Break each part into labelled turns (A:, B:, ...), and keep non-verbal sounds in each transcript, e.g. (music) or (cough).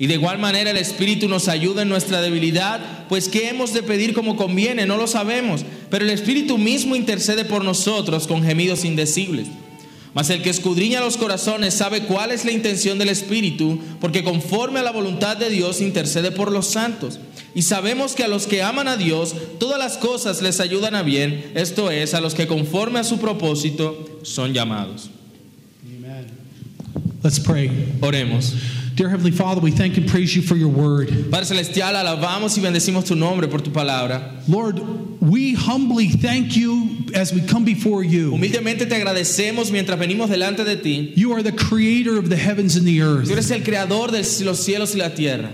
A: Y de igual manera el Espíritu nos ayuda en nuestra debilidad, pues ¿qué hemos de pedir como conviene? No lo sabemos, pero el Espíritu mismo intercede por nosotros con gemidos indecibles. Mas el que escudriña los corazones sabe cuál es la intención del Espíritu, porque conforme a la voluntad de Dios intercede por los santos. Y sabemos que a los que aman a Dios, todas las cosas les ayudan a bien, esto es, a los que conforme a su propósito son llamados.
B: Amen. Let's pray.
A: Oremos.
B: Dear Heavenly Father, we thank and praise you for your word.
A: Padre Celestial, alabamos y bendecimos tu nombre por tu palabra.
B: Lord, we humbly thank you as we come before you.
A: Humildemente te agradecemos mientras venimos delante de ti.
B: You are the creator of the heavens and the
A: Tú
B: earth.
A: eres el creador de los cielos y la tierra.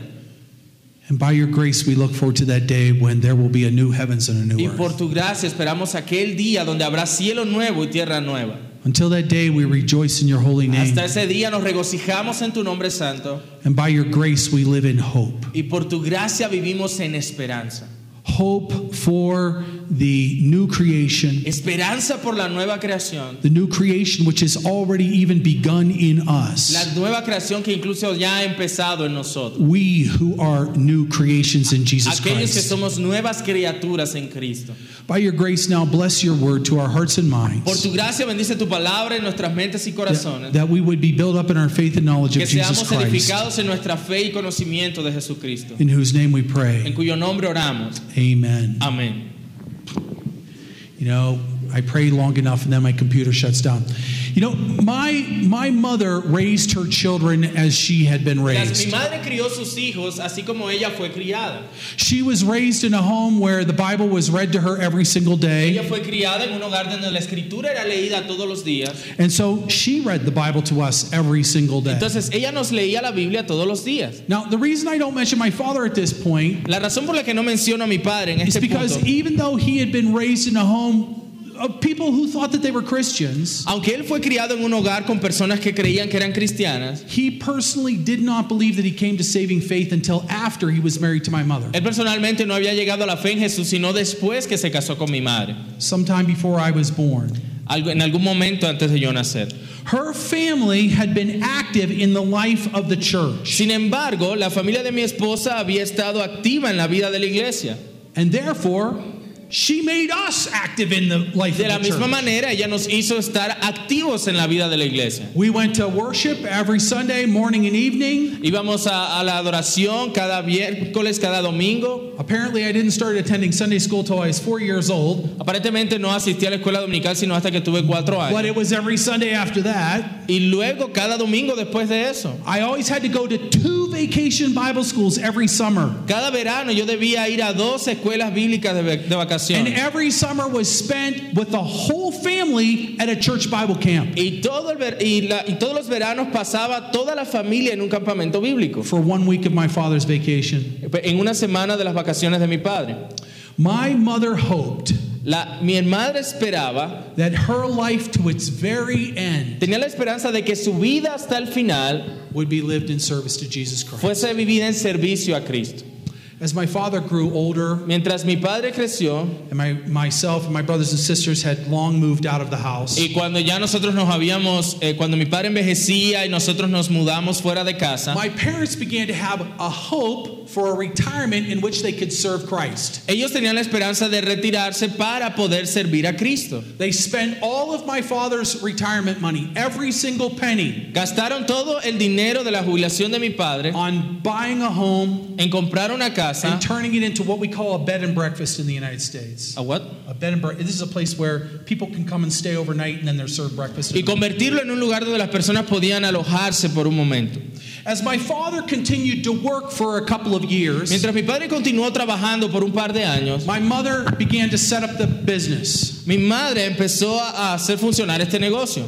B: And by your grace, we look forward to that day when there will be a new heavens and a
A: Y
B: new
A: por
B: earth.
A: tu gracia esperamos aquel día donde habrá cielo nuevo y tierra nueva.
B: Until that day, we rejoice in your holy name.
A: Hasta ese día nos regocijamos en tu nombre santo
B: And by your grace, we live in hope.
A: y por tu gracia vivimos en esperanza.
B: Hope for the new creation,
A: Esperanza por la nueva creación.
B: the new creation which has already even begun in
A: La
B: us.
A: nueva creación que incluso ya ha empezado en nosotros.
B: We who are new creations in Jesus
A: Aquellos que
B: Christ.
A: somos nuevas criaturas en Cristo.
B: By your grace, now bless your word to our hearts and
A: Por
B: minds,
A: tu gracia bendice tu palabra en nuestras mentes y corazones.
B: that we would be built up in our faith and knowledge
A: Que
B: of Jesus
A: seamos
B: Christ,
A: edificados en nuestra fe y conocimiento de Jesucristo.
B: in whose name we
A: En
B: pray.
A: cuyo nombre oramos.
B: Amen.
A: Amén.
B: You know, I pray long enough and then my computer shuts down. You know, my my mother raised her children as she had been
A: Las- Mi
B: raised.
A: madre crió sus hijos así como ella fue criada.
B: She was raised in a home where the Bible was read to her every single
A: Ella
B: day.
A: fue criada en un hogar donde la escritura era leída todos los días.
B: And so she read the Bible to us every single day.
A: Entonces ella nos leía la Biblia todos los días.
B: Now, the reason I don't mention my father at this point
A: La razón por la que no menciono a mi padre en
B: It's
A: este
B: because
A: punto,
B: even though he had been raised in a home of people who thought that they were Christians,
A: aunque él fue criado en un hogar con personas que creían que eran cristianas,
B: he personally did not believe that he came to saving faith until after he was married to my mother,
A: él personalmente no había llegado a la fe en Jesús sino después que se casó con mi madre,
B: sometime before I was born.
A: algo- en algún momento antes de yo nacer.
B: Her family had been active in the life of the church,
A: Sin embargo, la familia de mi esposa había estado activa en la vida de la iglesia.
B: and therefore, she made us active in the life
A: De la
B: of the
A: misma
B: church.
A: manera, ella nos hizo estar activos en la vida de la iglesia.
B: We went to worship every Sunday, morning and evening.
A: Íbamos a, a la adoración cada miércoles, cada domingo.
B: Apparently, I didn't start attending Sunday school till I was four years old,
A: Aparentemente no asistí a la escuela dominical sino hasta que tuve cuatro
B: but
A: años.
B: it was every Sunday after that.
A: Y luego cada domingo después de eso.
B: I always had to go to two vacation Bible schools every summer.
A: Cada verano yo debía ir a dos escuelas bíblicas de, ve- de
B: And
A: vacaciones.
B: every summer was spent with the whole family at a church Bible camp
A: Y, todo el ver- y, la- y todos los veranos pasaba toda la familia en un campamento bíblico.
B: for one week of my father's vacation.
A: En una semana de las vacaciones de mi padre.
B: My mother hoped
A: La, mi madre esperaba,
B: that her life to its very end
A: tenía la esperanza de que su vida hasta el final
B: would be lived in service to Jesus Christ.
A: fuese vivida en servicio a Cristo.
B: As my father grew older,
A: Mientras mi padre creció
B: and my, myself and my brothers and sisters had long moved out of the house,
A: y cuando ya nosotros nos habíamos, eh, cuando mi padre envejecía y nosotros nos mudamos fuera de casa,
B: my parents began to have a hope for a retirement in which they could serve Christ.
A: ellos tenían la esperanza de retirarse para poder servir a Cristo.
B: They spent all of my father's retirement money, every single penny,
A: Gastaron todo el dinero de la jubilación de mi padre
B: on buying a home
A: en comprar una casa.
B: and turning it into what we call a bed and breakfast in the United States.
A: ¿A what?
B: A bed and breakfast. This is a place where people can come and stay overnight, and then they're served breakfast.
A: Y convertirlo en un lugar donde las personas podían alojarse por un momento.
B: As my father continued to work for a couple of years,
A: Mientras mi padre continuó trabajando por un par de años,
B: my mother began to set up the business,
A: mi madre empezó a a hacer funcionar este negocio.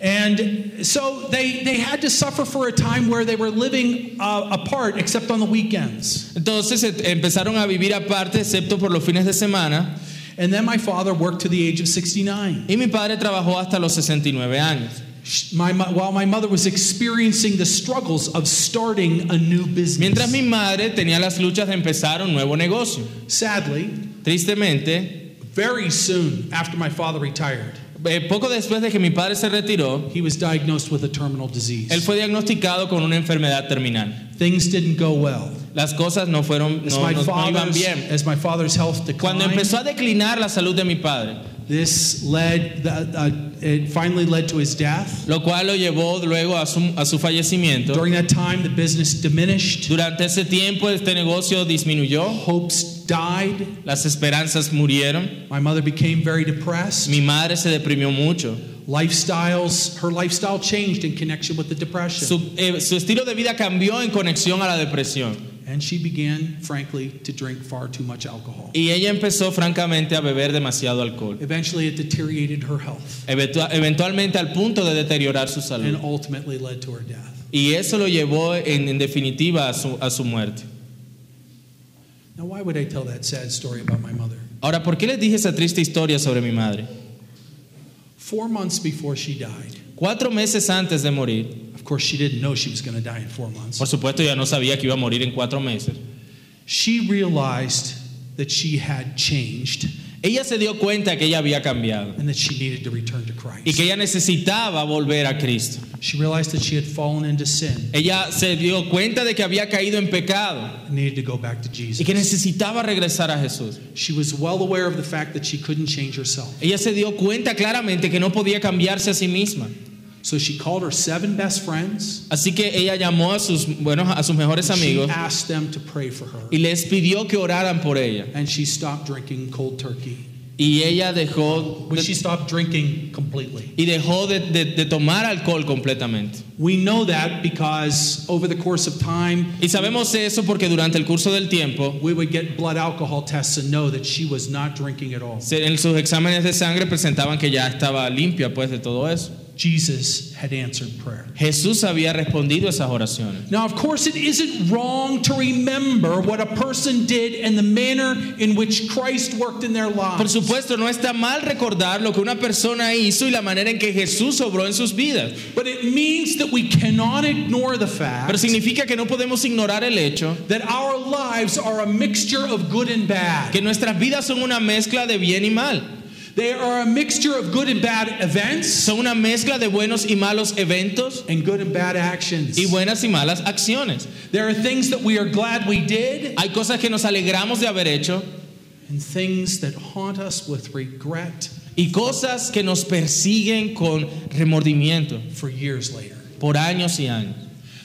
B: and so they they had to suffer for a time where they were living uh, apart, except on the weekends.
A: Entonces e- empezaron a vivir aparte, excepto por los fines de semana,
B: And then my father worked to the age of 69.
A: y mi padre trabajó hasta los 69 años.
B: Sh- My, mo- while my mother was experiencing the struggles of starting a new
A: Mientras mi
B: business,
A: madre tenía las luchas de empezar un nuevo negocio.
B: sadly,
A: Tristemente,
B: Very soon after my father retired,
A: eh, poco después de que mi padre se retiró,
B: he was diagnosed with a terminal
A: él
B: disease.
A: fue diagnosticado con una enfermedad terminal.
B: Things didn't go well.
A: Las cosas no fueron,
B: As,
A: no,
B: my
A: no- no iban
B: father's,
A: bien.
B: as my father's health
A: Cuando
B: declined,
A: empezó a declinar la salud de mi padre,
B: this led, the, uh, it finally led to his death.
A: lo cual lo llevó luego a su, a su fallecimiento.
B: During that time, the business diminished,
A: Durante ese tiempo este negocio disminuyó,
B: hopes died.
A: las esperanzas murieron,
B: My mother became very depressed.
A: mi madre se deprimió mucho,
B: Lifestyles, her lifestyle changed in connection with the depression.
A: su, eh, su estilo de vida cambió en conexión a la depresión
B: And she began, frankly, to drink far too much alcohol.
A: y ella empezó francamente a beber demasiado alcohol,
B: Eventually, it deteriorated her health
A: eventu- eventualmente al punto de deteriorar su
B: and
A: salud.
B: ultimately led to her death.
A: Y eso lo llevó en, en definitiva a su, a su muerte.
B: Now, why would I tell that sad story about my mother?
A: Ahora, ¿por qué les dije esa triste historia sobre mi madre?
B: Four months before she died,
A: Cuatro meses antes de morir,
B: of course, she didn't know she was going to die in four months.
A: por supuesto ya no sabía que iba a morir en cuatro meses,
B: She realized that she had changed
A: ella se dio cuenta que ella había cambiado.
B: and that she needed to return to Christ.
A: y que ella necesitaba volver a Cristo.
B: She realized that she had fallen into sin
A: Ella se dio cuenta de que había caído en pecado
B: and needed to go back to
A: y
B: Jesus.
A: que necesitaba regresar a Jesús.
B: She was well aware of the fact that she couldn't change herself.
A: Ella se dio cuenta claramente que no podía cambiarse a sí misma.
B: So she called her seven best friends.
A: Así que ella llamó a sus, buenos a sus mejores
B: She
A: amigos
B: asked them to pray for her.
A: y les pidió que oraran por ella.
B: And she stopped drinking cold turkey.
A: Y ella dejó
B: Well, she
A: de,
B: stopped drinking completely.
A: y dejó de, de- de tomar alcohol completamente.
B: We know that because over the course of time,
A: Y sabemos eso porque durante el curso del tiempo,
B: we would get blood alcohol tests and know that she was not drinking at all.
A: se- en sus exámenes de sangre presentaban que ya estaba limpia pues de todo eso.
B: Jesus had answered prayer.
A: Jesús había respondido esas oraciones.
B: Now, of course, it isn't wrong to remember what a person did and the manner in which Christ worked in their
A: Por
B: lives.
A: supuesto, no está mal recordar lo que una persona hizo y la manera en que Jesús obró en sus vidas.
B: But it means that we cannot ignore the
A: Pero
B: fact
A: significa que no podemos ignorar el hecho
B: that our lives are a mixture of good and bad.
A: que nuestras vidas son una mezcla de bien y mal.
B: They are a mixture of good and bad events
A: Son una mezcla de buenos y malos eventos
B: and good and bad actions.
A: y buenas y malas acciones.
B: There are things that we are glad we did
A: Hay cosas que nos alegramos de haber hecho
B: and things that haunt us with regret
A: y cosas que nos persiguen con remordimiento
B: for years later.
A: por años y años.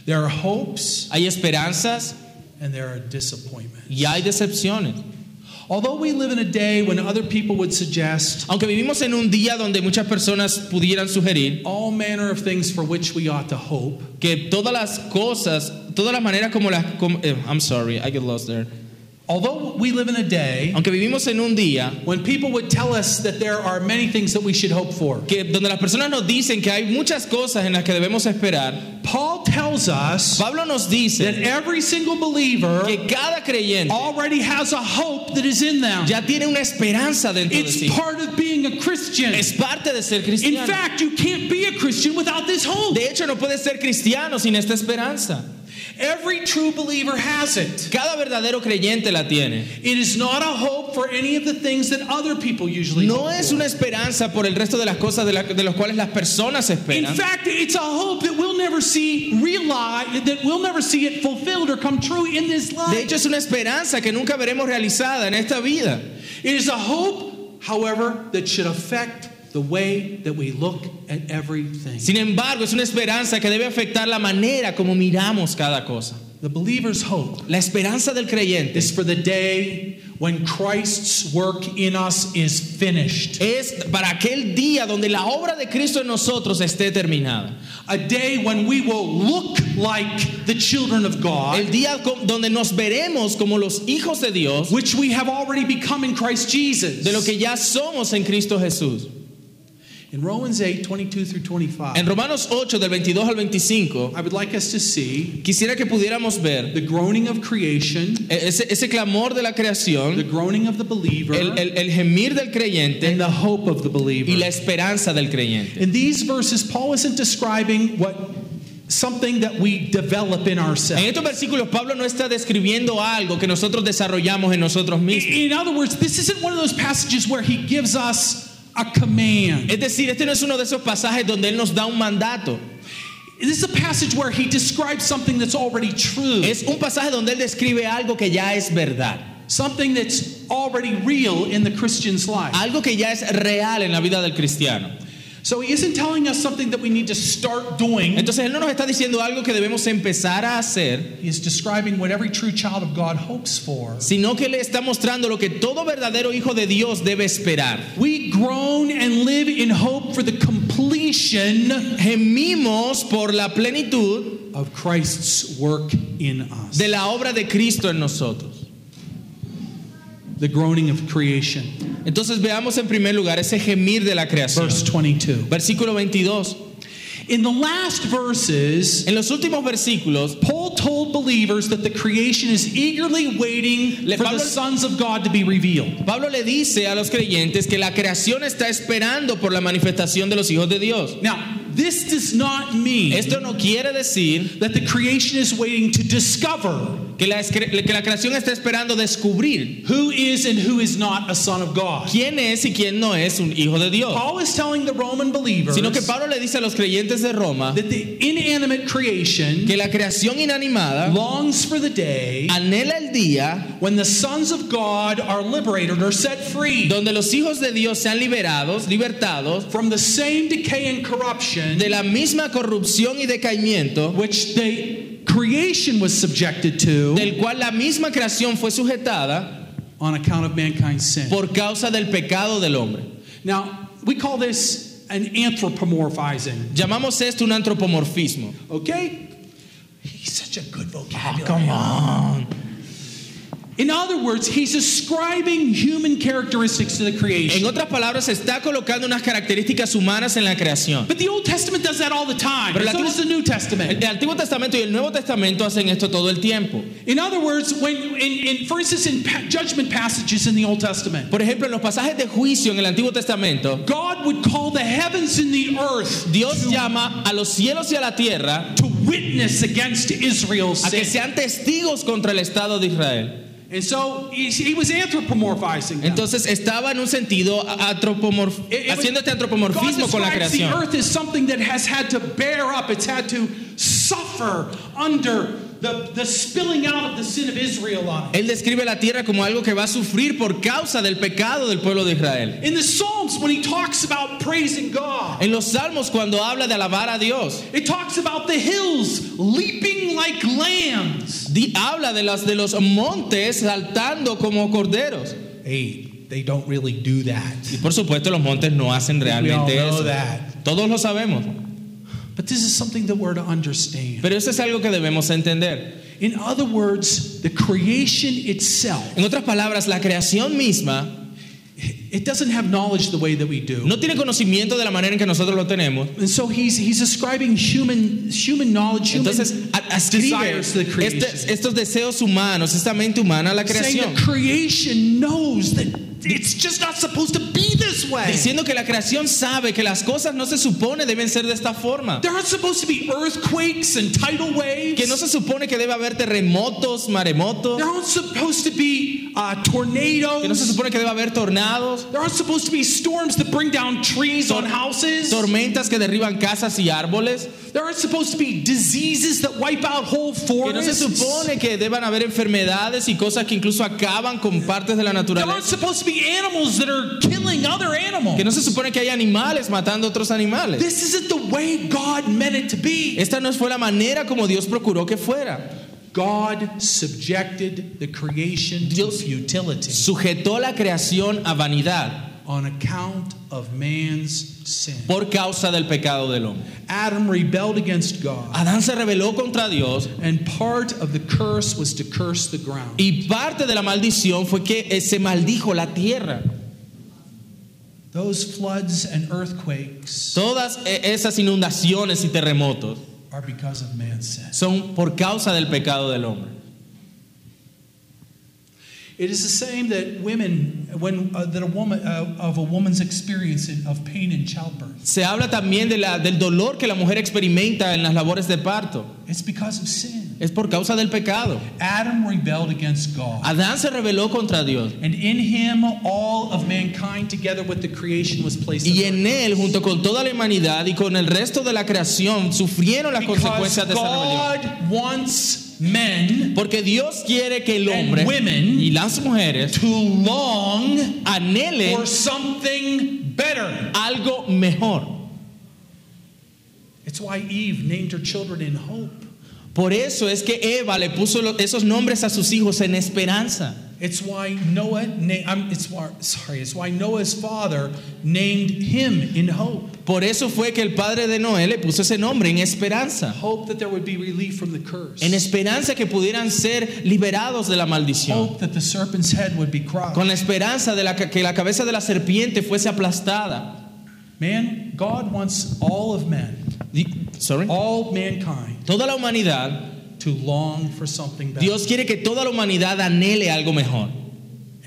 B: There are hopes
A: Hay esperanzas
B: and there are disappointments.
A: y hay decepciones.
B: Although we live in a day when other people would suggest
A: Aunque vivimos en un día donde muchas personas pudieran sugerir
B: all manner of things for which we ought to hope,
A: que todas las cosas, todas las maneras como las... como- eh, I'm sorry, I get lost there.
B: although we live in a day
A: Aunque vivimos en un día
B: when people would tell us that there are many things that we should hope for,
A: que, donde las personas nos dicen que hay muchas cosas en las que debemos esperar,
B: Paul tells us
A: Pablo nos
B: that
A: dice
B: every single believer
A: que cada creyente
B: already has a hope that is in them.
A: ya tiene una esperanza dentro de sí.
B: It's part of being a Christian.
A: Es parte de ser
B: In
A: cristiano.
B: fact, you can't be a Christian without this hope.
A: De hecho, no puedes ser cristiano sin esta esperanza.
B: Every true believer has it.
A: Cada verdadero creyente la tiene.
B: It is not a hope for any of the things that other people usually
A: No
B: hope
A: es
B: for.
A: una esperanza por el resto de las cosas de, la- de las cuales las personas
B: In
A: esperan.
B: fact, it's a hope that we'll never see realized, that we'll never see it fulfilled or come true in this life.
A: De hecho, es una esperanza que nunca veremos realizada en esta vida.
B: It is a hope, however, that should affect the way that we look at everything.
A: Sin embargo, es una esperanza que debe afectar la manera como miramos cada cosa.
B: the believer's hope
A: La esperanza del creyente
B: is for the day when Christ's work in us is finished.
A: es para aquel día donde la obra de Cristo en nosotros esté terminada.
B: A day when we will look like the children of God,
A: El día co- donde nos veremos como los hijos de Dios,
B: which we have already become in Christ Jesus.
A: de lo que ya somos en Cristo Jesús.
B: in Romans 8 22 through 25,
A: En Romanos 8, del 22 al 25,
B: I would like us to see
A: quisiera que pudiéramos ver
B: the groaning of creation,
A: e- ese, ese clamor de la
B: the
A: creación,
B: groaning of the believer,
A: el, el- el gemir del creyente
B: and the hope of the
A: y la
B: believer.
A: esperanza del creyente.
B: In these verses, Paul isn't describing what something that we develop in
A: En
B: ourselves.
A: estos versículos Pablo no está describiendo algo que nosotros desarrollamos en nosotros mismos.
B: In other words, this isn't one of those passages where he gives us a command.
A: Es decir, este no es uno de esos pasajes donde Él nos da un mandato.
B: This is a passage where he describes something that's already true,
A: Es un pasaje donde Él describe algo que ya es verdad,
B: something that's already real in the Christian's life.
A: algo que ya es real en la vida del cristiano.
B: So he isn't telling us something that we need to start doing.
A: Entonces Él no nos está diciendo algo que debemos empezar a hacer,
B: He is describing what every true child of God hopes for.
A: sino que le está mostrando lo que todo verdadero hijo de Dios debe esperar.
B: We groan and live in hope for the completion
A: Gemimos por la plenitud
B: of Christ's work in us.
A: de la obra de Cristo en nosotros.
B: The groaning of creation.
A: Entonces veamos en primer lugar ese gemir de la creación.
B: Verse 22.
A: Versículo 22.
B: In the last verses,
A: En los últimos versículos,
B: Paul told believers that the creation is eagerly waiting
A: Le-
B: for
A: Pablo-
B: the sons of God to be revealed.
A: Pablo le dice a los creyentes que la creación está esperando por la manifestación de los hijos de Dios.
B: Now, this does not mean
A: Esto no quiere decir
B: that the creation is waiting to discover
A: que la, escre- que la creación está esperando descubrir
B: who is and who is not a son of God.
A: quién es y quién no es un hijo de Dios,
B: Paul is telling the Roman believers
A: sino que Pablo le dice a los creyentes de Roma
B: that the inanimate creation
A: que la creación inanimada
B: longs for the day
A: anhela el día
B: when the sons of God are liberated or set free
A: donde los hijos de Dios sean liberados, libertados
B: from the same decay and corruption
A: de la misma corrupción y decaimiento
B: which the creation was subjected to
A: del cual la misma creación fue sujetada
B: on account of mankind's sin.
A: por causa del pecado del hombre.
B: Now, we call this an anthropomorphizing,
A: Llamamos esto un antropomorfismo.
B: okay? He's such a good vocabulary. come
A: Ah,
B: on. In other words, he's ascribing human characteristics to the
A: En
B: creation.
A: otras palabras, se está colocando unas características humanas en la creación.
B: But the Old Testament does that all the time.
A: Pero
B: But
A: la
B: so
A: Biblia- Eh,
B: does the New Testament.
A: El Antiguo Testamento y el Nuevo Testamento hacen esto todo el tiempo.
B: In other words, when in, in for instance in pa- judgment passages in the Old Testament,
A: Por ejemplo, en los pasajes de juicio en el Antiguo Testamento,
B: God would call the heavens and the earth
A: Dios llama a los cielos y a la tierra
B: to witness against Israel's
A: a que
B: sin.
A: sean testigos contra el Estado de Israel.
B: And so he, he was anthropomorphizing. them.
A: Entonces estaba en un sentido a- antropomorf
B: It- it was-
A: haciendo este
B: God
A: antropomorfismo con la
B: describes the
A: creación.
B: earth as something that has had to bear up, it's had to suffer under the, the spilling out of the sin of Israel on it.
A: Él describe la tierra como algo que va a sufrir por causa del pecado del pueblo de Israel.
B: In the Psalms, when he talks about praising God,
A: En los Salmos, cuando habla de alabar a Dios,
B: it talks about the hills leaping like lambs.
A: Di- habla de, las, de los montes saltando como corderos.
B: hey, they don't really do
A: Y
B: that.
A: por supuesto los montes no hacen realmente
B: We all know
A: eso.
B: that.
A: Todos lo sabemos.
B: But this is something that we're to understand.
A: Pero eso es algo que debemos entender.
B: In other words, the creation itself,
A: En otras palabras, la creación misma
B: it doesn't have knowledge the way that we do.
A: no tiene conocimiento de la manera en que nosotros lo tenemos.
B: And so he's, he's ascribing human, human knowledge, human
A: Entonces, a- ascribe
B: desires to the creation.
A: este- estos deseos humanos, esta mente humana a la
B: saying
A: creación.
B: the creation knows that it's just not supposed to be this this way.
A: Diciendo que la creación sabe que las cosas no se supone deben ser de esta forma.
B: There aren't supposed to be earthquakes and tidal waves.
A: Que no se supone que debe haber terremotos, maremotos.
B: There aren't supposed to be uh, tornadoes.
A: Que no se supone que debe haber tornados,
B: There aren't supposed to be storms that bring down trees on houses.
A: tormentas que derriban casas y árboles.
B: There aren't supposed to be diseases that wipe out whole
A: Que no se
B: forests.
A: supone que deban haber enfermedades y cosas que incluso acaban con partes de la
B: There aren't
A: naturaleza.
B: supposed to be animals that are killing other animals.
A: Que no se supone que hay animales matando otros animales.
B: This isn't the way God meant it to be.
A: Esta no fue la manera como Dios procuró que fuera.
B: God subjected the creation to
A: Dios-
B: futility
A: Sujetó la creación a vanidad
B: on account of man's sin.
A: por causa del pecado del hombre.
B: Adam rebelled against God,
A: Adán se rebeló contra Dios
B: and part of the curse was to curse the ground.
A: y parte de la maldición fue que eh, se maldijo la tierra.
B: Those floods and earthquakes
A: Todas eh, esas inundaciones y terremotos
B: are because of man's sin.
A: son por causa del pecado del hombre.
B: It is the same that women, when uh, that a woman uh, of a woman's experience in- of pain in childbirth,
A: Se habla también de la- del dolor que la mujer experimenta en las labores de parto.
B: it's because of sin.
A: Es por causa del pecado.
B: Adam rebelled against God.
A: Adán se rebeló contra Dios.
B: And in him, all of mankind, together with the creation, was placed.
A: Y
B: under
A: en él, junto con toda la humanidad y con el resto de la creación, sufrieron las
B: Because
A: consecuencias de esa rebelión.
B: God wants men
A: Porque Dios quiere que el
B: And
A: hombre
B: women
A: y las mujeres
B: to long
A: anhelen
B: for something better.
A: algo mejor.
B: It's why Eve named her children in hope.
A: Por eso es que Eva le puso lo- esos nombres a sus hijos en esperanza.
B: It's why Noah. Na- I'm, it's why, sorry. It's why Noah's father named him in hope.
A: Por eso fue que el padre de Noé le puso ese nombre en esperanza.
B: Hope that there would be relief from the curse.
A: En esperanza que pudieran ser liberados de la maldición.
B: hope that the serpent's head would be crushed.
A: Con la esperanza de la ca- que la cabeza de la serpiente fuese aplastada.
B: Man, God wants all of men,
A: Di- sorry.
B: all mankind.
A: Toda la humanidad,
B: to long for something better.
A: Dios quiere que toda la humanidad anhele algo mejor.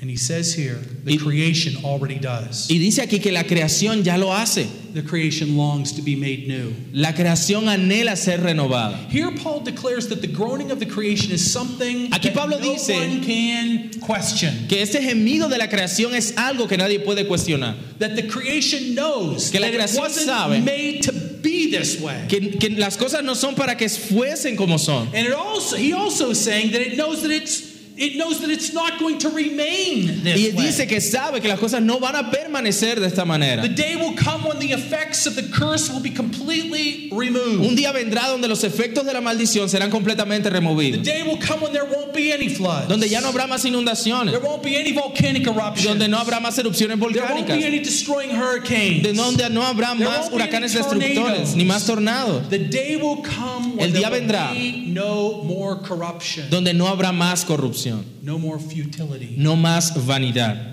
B: and he says here, the
A: Y-
B: creation already does.
A: Y dice aquí que la creación ya lo hace.
B: the creation longs to be made new.
A: La creación anhela ser renovada.
B: Here, Paul declares that the groaning of the creation is something
A: Aquí
B: that
A: Pablo
B: no
A: dice-
B: one can question.
A: Que este gemido de la creación es algo que nadie puede cuestionar.
B: That the creation knows
A: Que la
B: that it
A: creación
B: wasn't
A: sabe.
B: made to be this way.
A: Que, que las cosas no son para que fuesen como son.
B: and it also, he also is saying that it knows that it's it knows that it's not going to remain this
A: Y
B: way.
A: dice que sabe que las cosas no van a permanecer de esta manera.
B: the day will come when the effects of the curse will be completely removed.
A: Un día vendrá donde los efectos de la maldición serán completamente
B: The
A: removidos.
B: day will come when there won't be any floods.
A: Donde ya no habrá más inundaciones.
B: There won't be any volcanic eruptions.
A: Donde no habrá más erupciones
B: there won't be
A: volcánicas.
B: any destroying hurricanes.
A: de donde no habrá
B: There
A: más
B: won't be
A: huracanes
B: any
A: destructores
B: tornadoes.
A: ni más tornados,
B: the day will come when
A: El día
B: there
A: vendrá.
B: will be no more corruption,
A: donde no habrá más corrupción,
B: no more futility.
A: no más vanidad.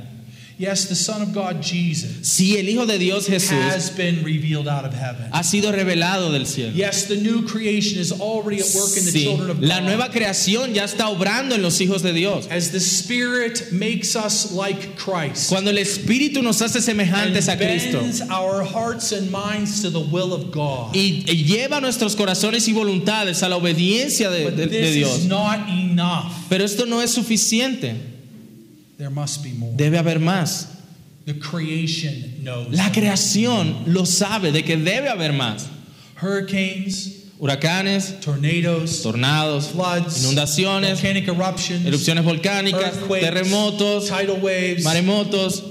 B: Yes, the Son of God Jesus
A: Si el Hijo de Dios Jesús
B: has been revealed out of heaven.
A: ha sido revelado del cielo,
B: Yes, the new creation is already at work in the
A: Sí,
B: children of
A: la
B: God.
A: nueva creación ya está obrando en los hijos de Dios.
B: As the Spirit makes us like Christ
A: Cuando el Espíritu nos hace semejantes a
B: and
A: Cristo
B: bends our hearts and minds to the will of God.
A: y y lleva nuestros corazones y voluntades a la obediencia de,
B: But
A: de- de
B: this
A: Dios.
B: is not enough.
A: Pero esto no es suficiente,
B: There must be more.
A: debe haber más.
B: The creation knows.
A: La creación lo sabe de que debe haber más.
B: Hurricanes,
A: Huracanes,
B: tornadoes,
A: tornados,
B: floods,
A: inundaciones,
B: volcanic eruptions,
A: erupciones volcánicas,
B: earthquakes,
A: terremotos,
B: tidal waves.
A: maremotos.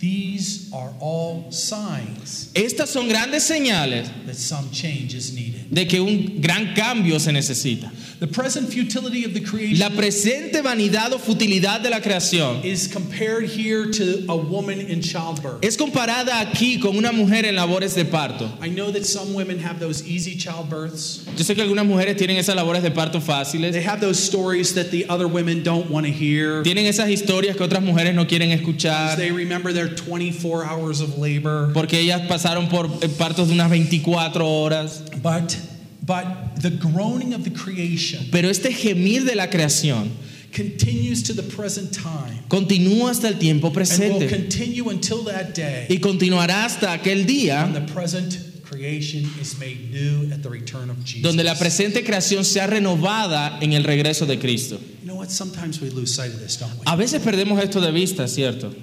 B: These are all signs
A: Estas son grandes señales
B: that some change is needed.
A: de que un gran cambio se necesita.
B: The present futility of the creation
A: La presente vanidad o futilidad de la creación
B: is compared here to a woman in childbirth.
A: es comparada aquí con una mujer en labores de parto.
B: I know that some women have those easy childbirths.
A: Yo sé que algunas mujeres tienen esas labores de parto fáciles,
B: They have those stories that the other women don't want to hear.
A: tienen esas historias que otras mujeres no quieren
B: As
A: escuchar
B: they remember their 24 hours of labor.
A: porque ellas pasaron por eh, partos de unas 24 horas.
B: But but the groaning of the creation
A: Pero este gemir de la creación
B: continues to the present time
A: continúa hasta el tiempo
B: and will
A: presente
B: continue until that day
A: y continuará hasta aquel
B: when
A: día
B: the present creation is made new at the return of Jesus.
A: donde la presente creación sea renovada en el regreso de Cristo.
B: you know what? Sometimes we lose sight of this, don't we?
A: A veces perdemos esto de vista, ¿cierto?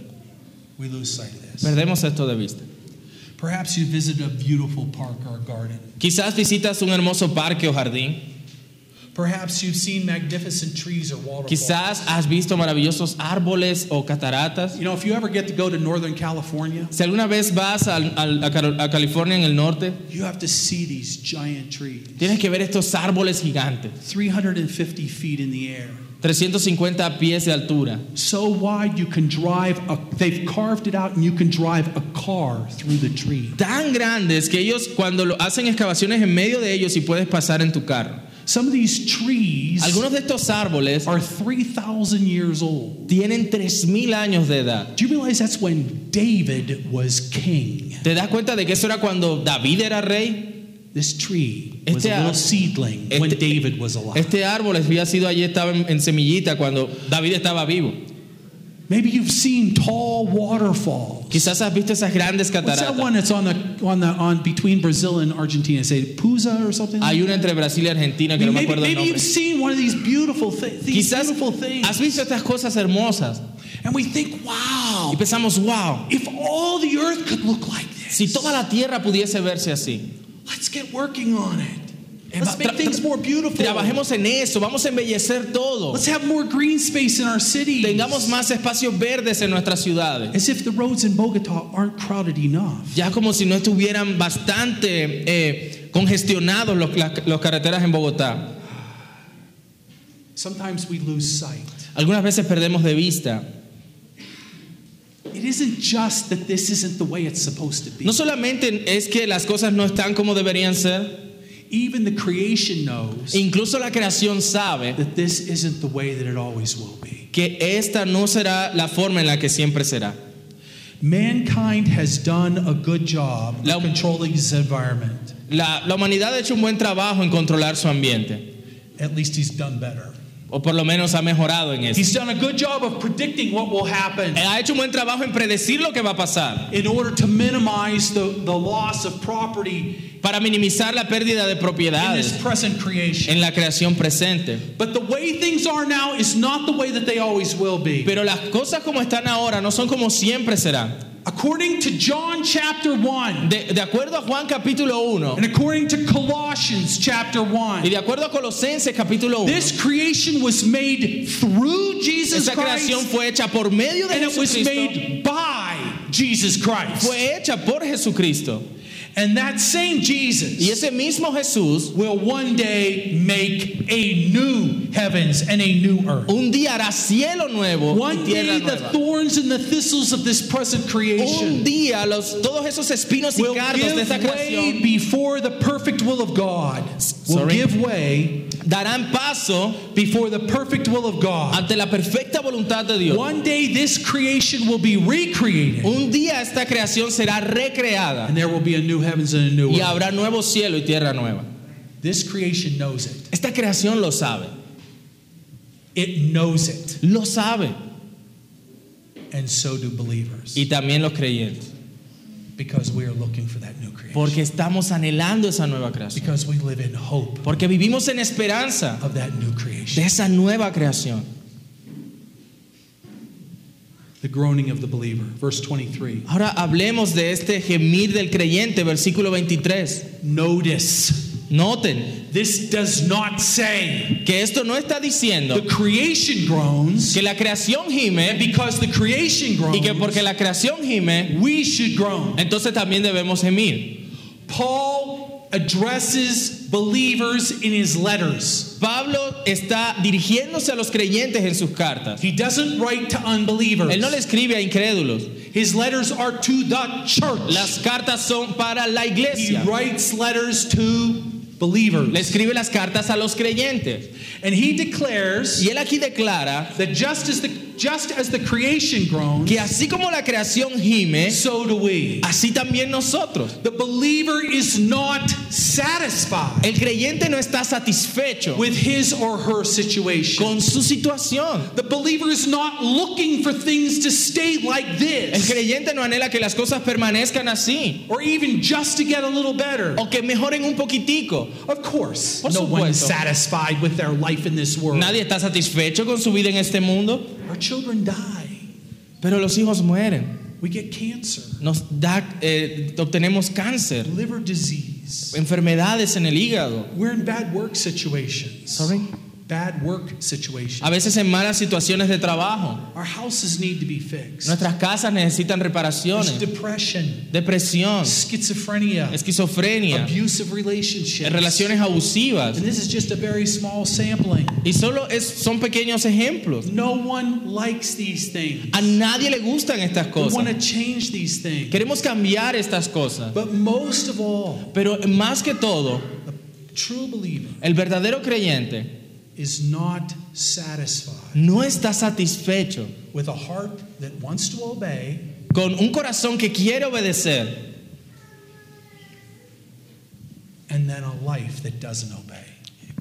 B: We lose sight of this.
A: Perdemos esto de vista.
B: Perhaps you visit a beautiful park or a garden.
A: Quizás visitas un hermoso parque o jardín,
B: Perhaps you've seen magnificent trees or waterfalls.
A: quizás has visto maravillosos árboles o cataratas.
B: You know, if you ever get to go to Northern California,
A: Si alguna vez vas al- al- a, Caro- a California en el norte,
B: you have to see these giant trees,
A: tienes que ver estos árboles gigantes,
B: 350 feet in the air.
A: 350 pies de altura,
B: So wide you can drive, a, they've carved it out and you can drive a car through the tree.
A: tan grandes que ellos cuando lo hacen excavaciones en medio de ellos y puedes pasar en tu carro.
B: Some of these trees
A: Algunos de estos árboles
B: are 3,000 years old.
A: tienen 3.000 años de edad.
B: Do you realize that's when David was king?
A: ¿Te das cuenta de que eso era cuando David era rey?
B: This tree was
A: Este
B: a little
A: ar-
B: seedling when
A: este-
B: David was alive.
A: Este árbol había sido allí, estaba en, en semillita cuando David estaba vivo.
B: Maybe you've seen tall waterfalls.
A: Quizás has visto esas grandes
B: What's that
A: cataratas.
B: one that's on the on the on between Brazil and Argentina? Say Puza or something.
A: Hay una entre Brasil y Argentina
B: I
A: que
B: mean,
A: no me
B: maybe
A: acuerdo el
B: maybe
A: nombre.
B: you've seen one of these beautiful thi- these
A: Quizás
B: beautiful
A: has
B: things,
A: visto estas cosas hermosas
B: and we think, wow,
A: y pensamos, wow,
B: if all the earth could look like this,
A: si toda la tierra pudiese verse así,
B: let's get working on it.
A: Tra-
B: Let's make
A: tra-
B: things more beautiful.
A: trabajemos en eso, vamos a embellecer todo,
B: Let's have more green space in our cities.
A: tengamos más espacios verdes en nuestras ciudades,
B: As if the roads in Bogota aren't crowded enough.
A: ya como si no estuvieran bastante eh, congestionados los- las las carreteras en Bogotá.
B: Sometimes we lose sight.
A: Algunas veces perdemos de vista.
B: It isn't just that this isn't the way it's supposed to be.
A: No solamente es que las cosas no están como deberían ser,
B: Even the creation knows
A: incluso la creación sabe
B: that this isn't the way that it always will be.
A: que esta no será la forma en la que siempre será.
B: Mankind has done a good job
A: La-
B: of controlling his environment.
A: La, la humanidad ha hecho un buen trabajo en controlar su ambiente,
B: At least he's done better.
A: o por lo menos ha mejorado en eso.
B: He's done a good job of predicting what will happen
A: Ha hecho un buen trabajo en predecir lo que va a pasar,
B: in order to minimize the, the loss of property
A: para minimizar la pérdida de
B: in
A: propiedades
B: this present creation.
A: en la creación presente.
B: But the way things are now is not the way that they always will be.
A: Pero las cosas como están ahora no son como siempre serán.
B: According to John chapter 1,
A: De, de acuerdo a Juan capítulo 1
B: and according to Colossians chapter
A: y
B: 1,
A: de acuerdo a Colosenses capítulo 1,
B: this creation was made through Jesus
A: Esa
B: Christ
A: creación fue hecha por medio de
B: and it was
A: Jesucristo.
B: made by Jesus Christ.
A: Fue hecha por Jesucristo.
B: And that same
A: Y
B: Jesus
A: ese mismo Jesús
B: will one day make a new heavens and a new earth.
A: un día hará cielo nuevo y
B: One
A: tierra
B: day, the
A: nueva.
B: thorns and the thistles of this present
A: Un
B: creation
A: día los, todos esos espinos y
B: will
A: cardos de esta
B: give way
A: creación
B: before the perfect will of God. Will
A: sorry.
B: give way
A: darán paso
B: before the perfect will of God.
A: ante la perfecta voluntad de Dios.
B: One day, this creation will be recreated,
A: Un día esta creación será recreada
B: and there will be a new heavens and a new
A: y
B: earth.
A: habrá nuevo cielo y tierra nueva.
B: This creation knows it.
A: Esta creación lo sabe,
B: It knows it,
A: lo sabe.
B: and so do believers.
A: Y también los creyentes,
B: Because we are looking for that new creation.
A: porque estamos anhelando esa nueva creación,
B: because we live in hope
A: porque vivimos en esperanza.
B: of that new
A: de
B: creation.
A: esa nueva creación.
B: The groaning of the believer. Verse 23.
A: Ahora hablemos de este gemir del creyente, versículo 23.
B: Notice,
A: Noten
B: this does not say
A: que esto no está diciendo
B: the creation groans
A: que la creación gime
B: because the creation groans.
A: y que porque la creación gime,
B: we should groan.
A: entonces también debemos gemir.
B: Paul addresses believers in his letters.
A: Pablo está dirigiéndose a los creyentes en sus cartas.
B: He doesn't write to unbelievers.
A: Él no le escribe a incrédulos.
B: His letters are to the church.
A: Las cartas son para la
B: he
A: iglesia.
B: writes letters to believers.
A: Le escribe las cartas a los creyentes.
B: And he declares
A: Y él aquí declara
B: that just as the just as the creation groans,
A: que así como la creación gime,
B: so do we.
A: así también nosotros.
B: The believer is not satisfied
A: El creyente no está satisfecho
B: with his or her situation.
A: con su situación.
B: The believer is not looking for things to stay like
A: El
B: this
A: creyente no anhela que las cosas permanezcan así
B: or even just to get a little better.
A: o que mejoren un poquitico.
B: Of course,
A: Oh. Por
B: no one is
A: supuesto.
B: satisfied with their life in this world.
A: Nadie está satisfecho con su vida en este mundo,
B: Our children die.
A: pero los hijos mueren.
B: We get cancer,
A: Nos da, eh, obtenemos cáncer,
B: liver disease.
A: enfermedades en el hígado.
B: We're in bad work situations.
A: Sorry?
B: Bad work situations.
A: A veces en malas situaciones de trabajo.
B: Our houses need to be fixed.
A: Nuestras casas necesitan
B: There's
A: reparaciones,
B: depression,
A: depresión,
B: schizophrenia,
A: esquizofrenia,
B: abusive relationships.
A: relaciones abusivas.
B: And this is just a very small sampling.
A: Y solo es- son pequeños ejemplos.
B: No one likes these things.
A: A nadie le gustan estas
B: We want
A: cosas.
B: to change these things.
A: Queremos cambiar estas cosas.
B: But most of all,
A: Pero más que todo,
B: the true believer
A: el verdadero creyente
B: is not satisfied
A: no está satisfecho
B: with a heart that wants to obey
A: con un corazón que quiere obedecer
B: and then a life that doesn't obey.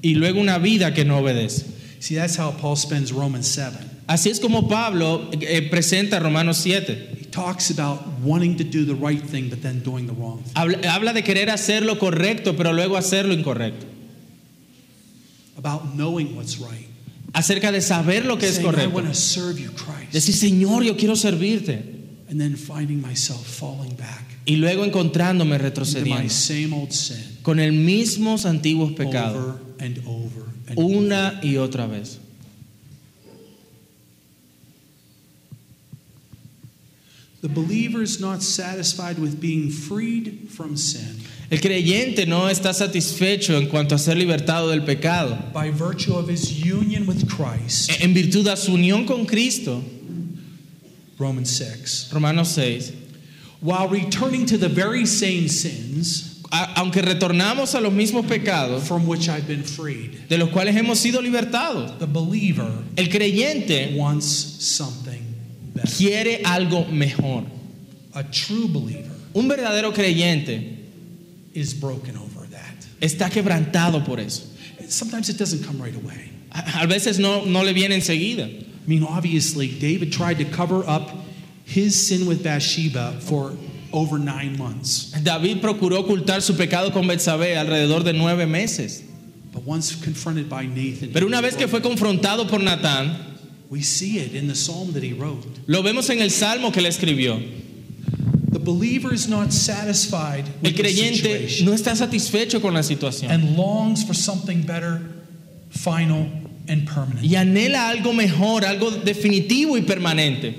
A: y luego una vida que no obedece.
B: See, that's how Paul spends Romans 7.
A: Así es como Pablo eh, presenta Romanos 7.
B: He talks about wanting to do the right thing, but then doing the wrong thing.
A: Habla, habla de querer hacer lo correcto, pero luego hacer lo incorrecto.
B: About knowing what's right.
A: Acerca de saber lo que es
B: Saying, I
A: correcto.
B: want to serve you, Christ.
A: Decir, Señor, yo quiero servirte.
B: And then finding myself falling back
A: Y luego encontrándome
B: into my
A: retrocediendo
B: same old sin
A: con el mismos antiguos pecados,
B: over and over and over.
A: una y otra vez.
B: The believer is not satisfied with being freed from sin
A: El creyente no está satisfecho en cuanto a ser libertado del pecado. E,
B: by virtue of his union with Christ.
A: En virtud de su unión con Cristo,
B: Romans 6.
A: Romanos 6,
B: While returning to the very same sins
A: a- aunque retornamos a los mismos pecados
B: from which I've been freed,
A: de los cuales hemos sido libertados,
B: the believer
A: el creyente
B: wants something better.
A: quiere algo mejor.
B: A true believer
A: Un verdadero creyente
B: is broken over that.
A: está quebrantado por eso.
B: Sometimes it doesn't come right away.
A: A, a veces no, no le viene enseguida.
B: I mean, obviously, David tried to cover up his sin with Bathsheba for over nine months.
A: David procuró ocultar su pecado con Betsabé alrededor de nueve meses.
B: But once confronted by Nathan,
A: Pero una vez que fue confrontado por Natán,
B: we see it in the psalm that he wrote.
A: lo vemos en el salmo que le escribió.
B: The believer is not satisfied
A: El
B: with the
A: creyente
B: situation
A: no está satisfecho con la situación
B: and longs for something better, final, and permanent.
A: y anhela algo mejor, algo definitivo y permanente.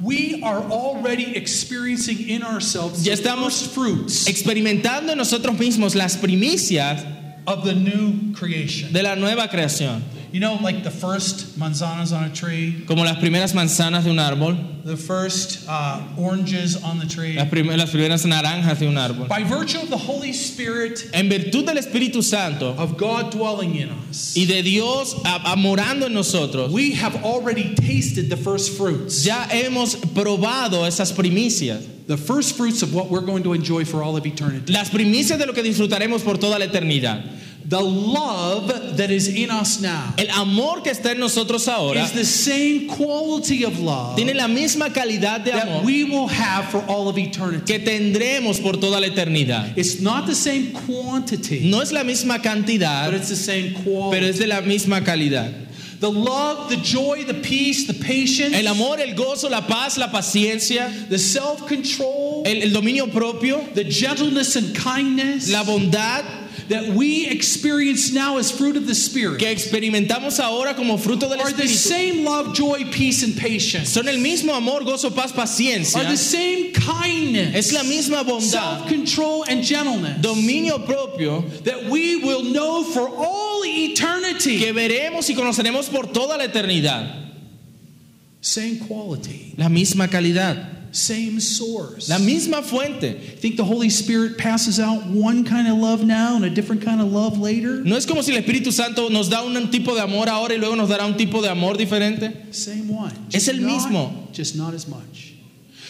B: We are already experiencing in ourselves
A: Ya
B: the
A: estamos
B: first fruits
A: Experimentando en nosotros mismos las primicias
B: of the new creation.
A: de la nueva creación,
B: You know, like the first manzanas on a tree,
A: como las primeras manzanas de un árbol,
B: the first uh, oranges on the tree.
A: las, prim- las primeras naranjas de un árbol.
B: By virtue of the Holy Spirit
A: En virtud del Espíritu Santo
B: of God dwelling in us,
A: y de Dios a- a- morando en nosotros,
B: we have already tasted the first fruits.
A: ya hemos probado esas primicias,
B: The first fruits of what we're going to enjoy for all of eternity.
A: las primicias de lo que disfrutaremos por toda la eternidad.
B: The love that is in us now
A: El amor que está en nosotros ahora
B: is the same quality of love
A: tiene la misma calidad de
B: that
A: amor
B: we will have for all of eternity.
A: que tendremos por toda la eternidad.
B: It's not the same quantity,
A: No es la misma
B: but
A: cantidad,
B: it's the same
A: pero
B: quality.
A: es de la misma calidad.
B: The love, the joy, the peace, the patience,
A: El amor, el gozo, la paz, la paciencia,
B: the self control,
A: el, el dominio propio,
B: the gentleness and kindness
A: la bondad
B: that we experience now as fruit of the Spirit
A: que experimentamos ahora como fruto del
B: are the
A: Espíritu
B: same love, joy, peace, and patience.
A: son el mismo amor, gozo, paz,
B: Are
A: paciencia.
B: the same kindness,
A: Es la misma bondad,
B: self-control, and gentleness
A: dominio propio
B: that we will know for all eternity.
A: que veremos y conoceremos por toda la eternidad.
B: Same quality.
A: La misma calidad.
B: same source.
A: la
B: I
A: misma fuente.
B: think the Holy Spirit passes out one kind of love now and a different kind of love later.
A: No es como si el Espíritu Santo nos da un tipo de amor ahora y luego nos dará un tipo de amor diferente.
B: Same one.
A: Es
B: Just
A: el
B: not-
A: mismo.
B: Just not as much.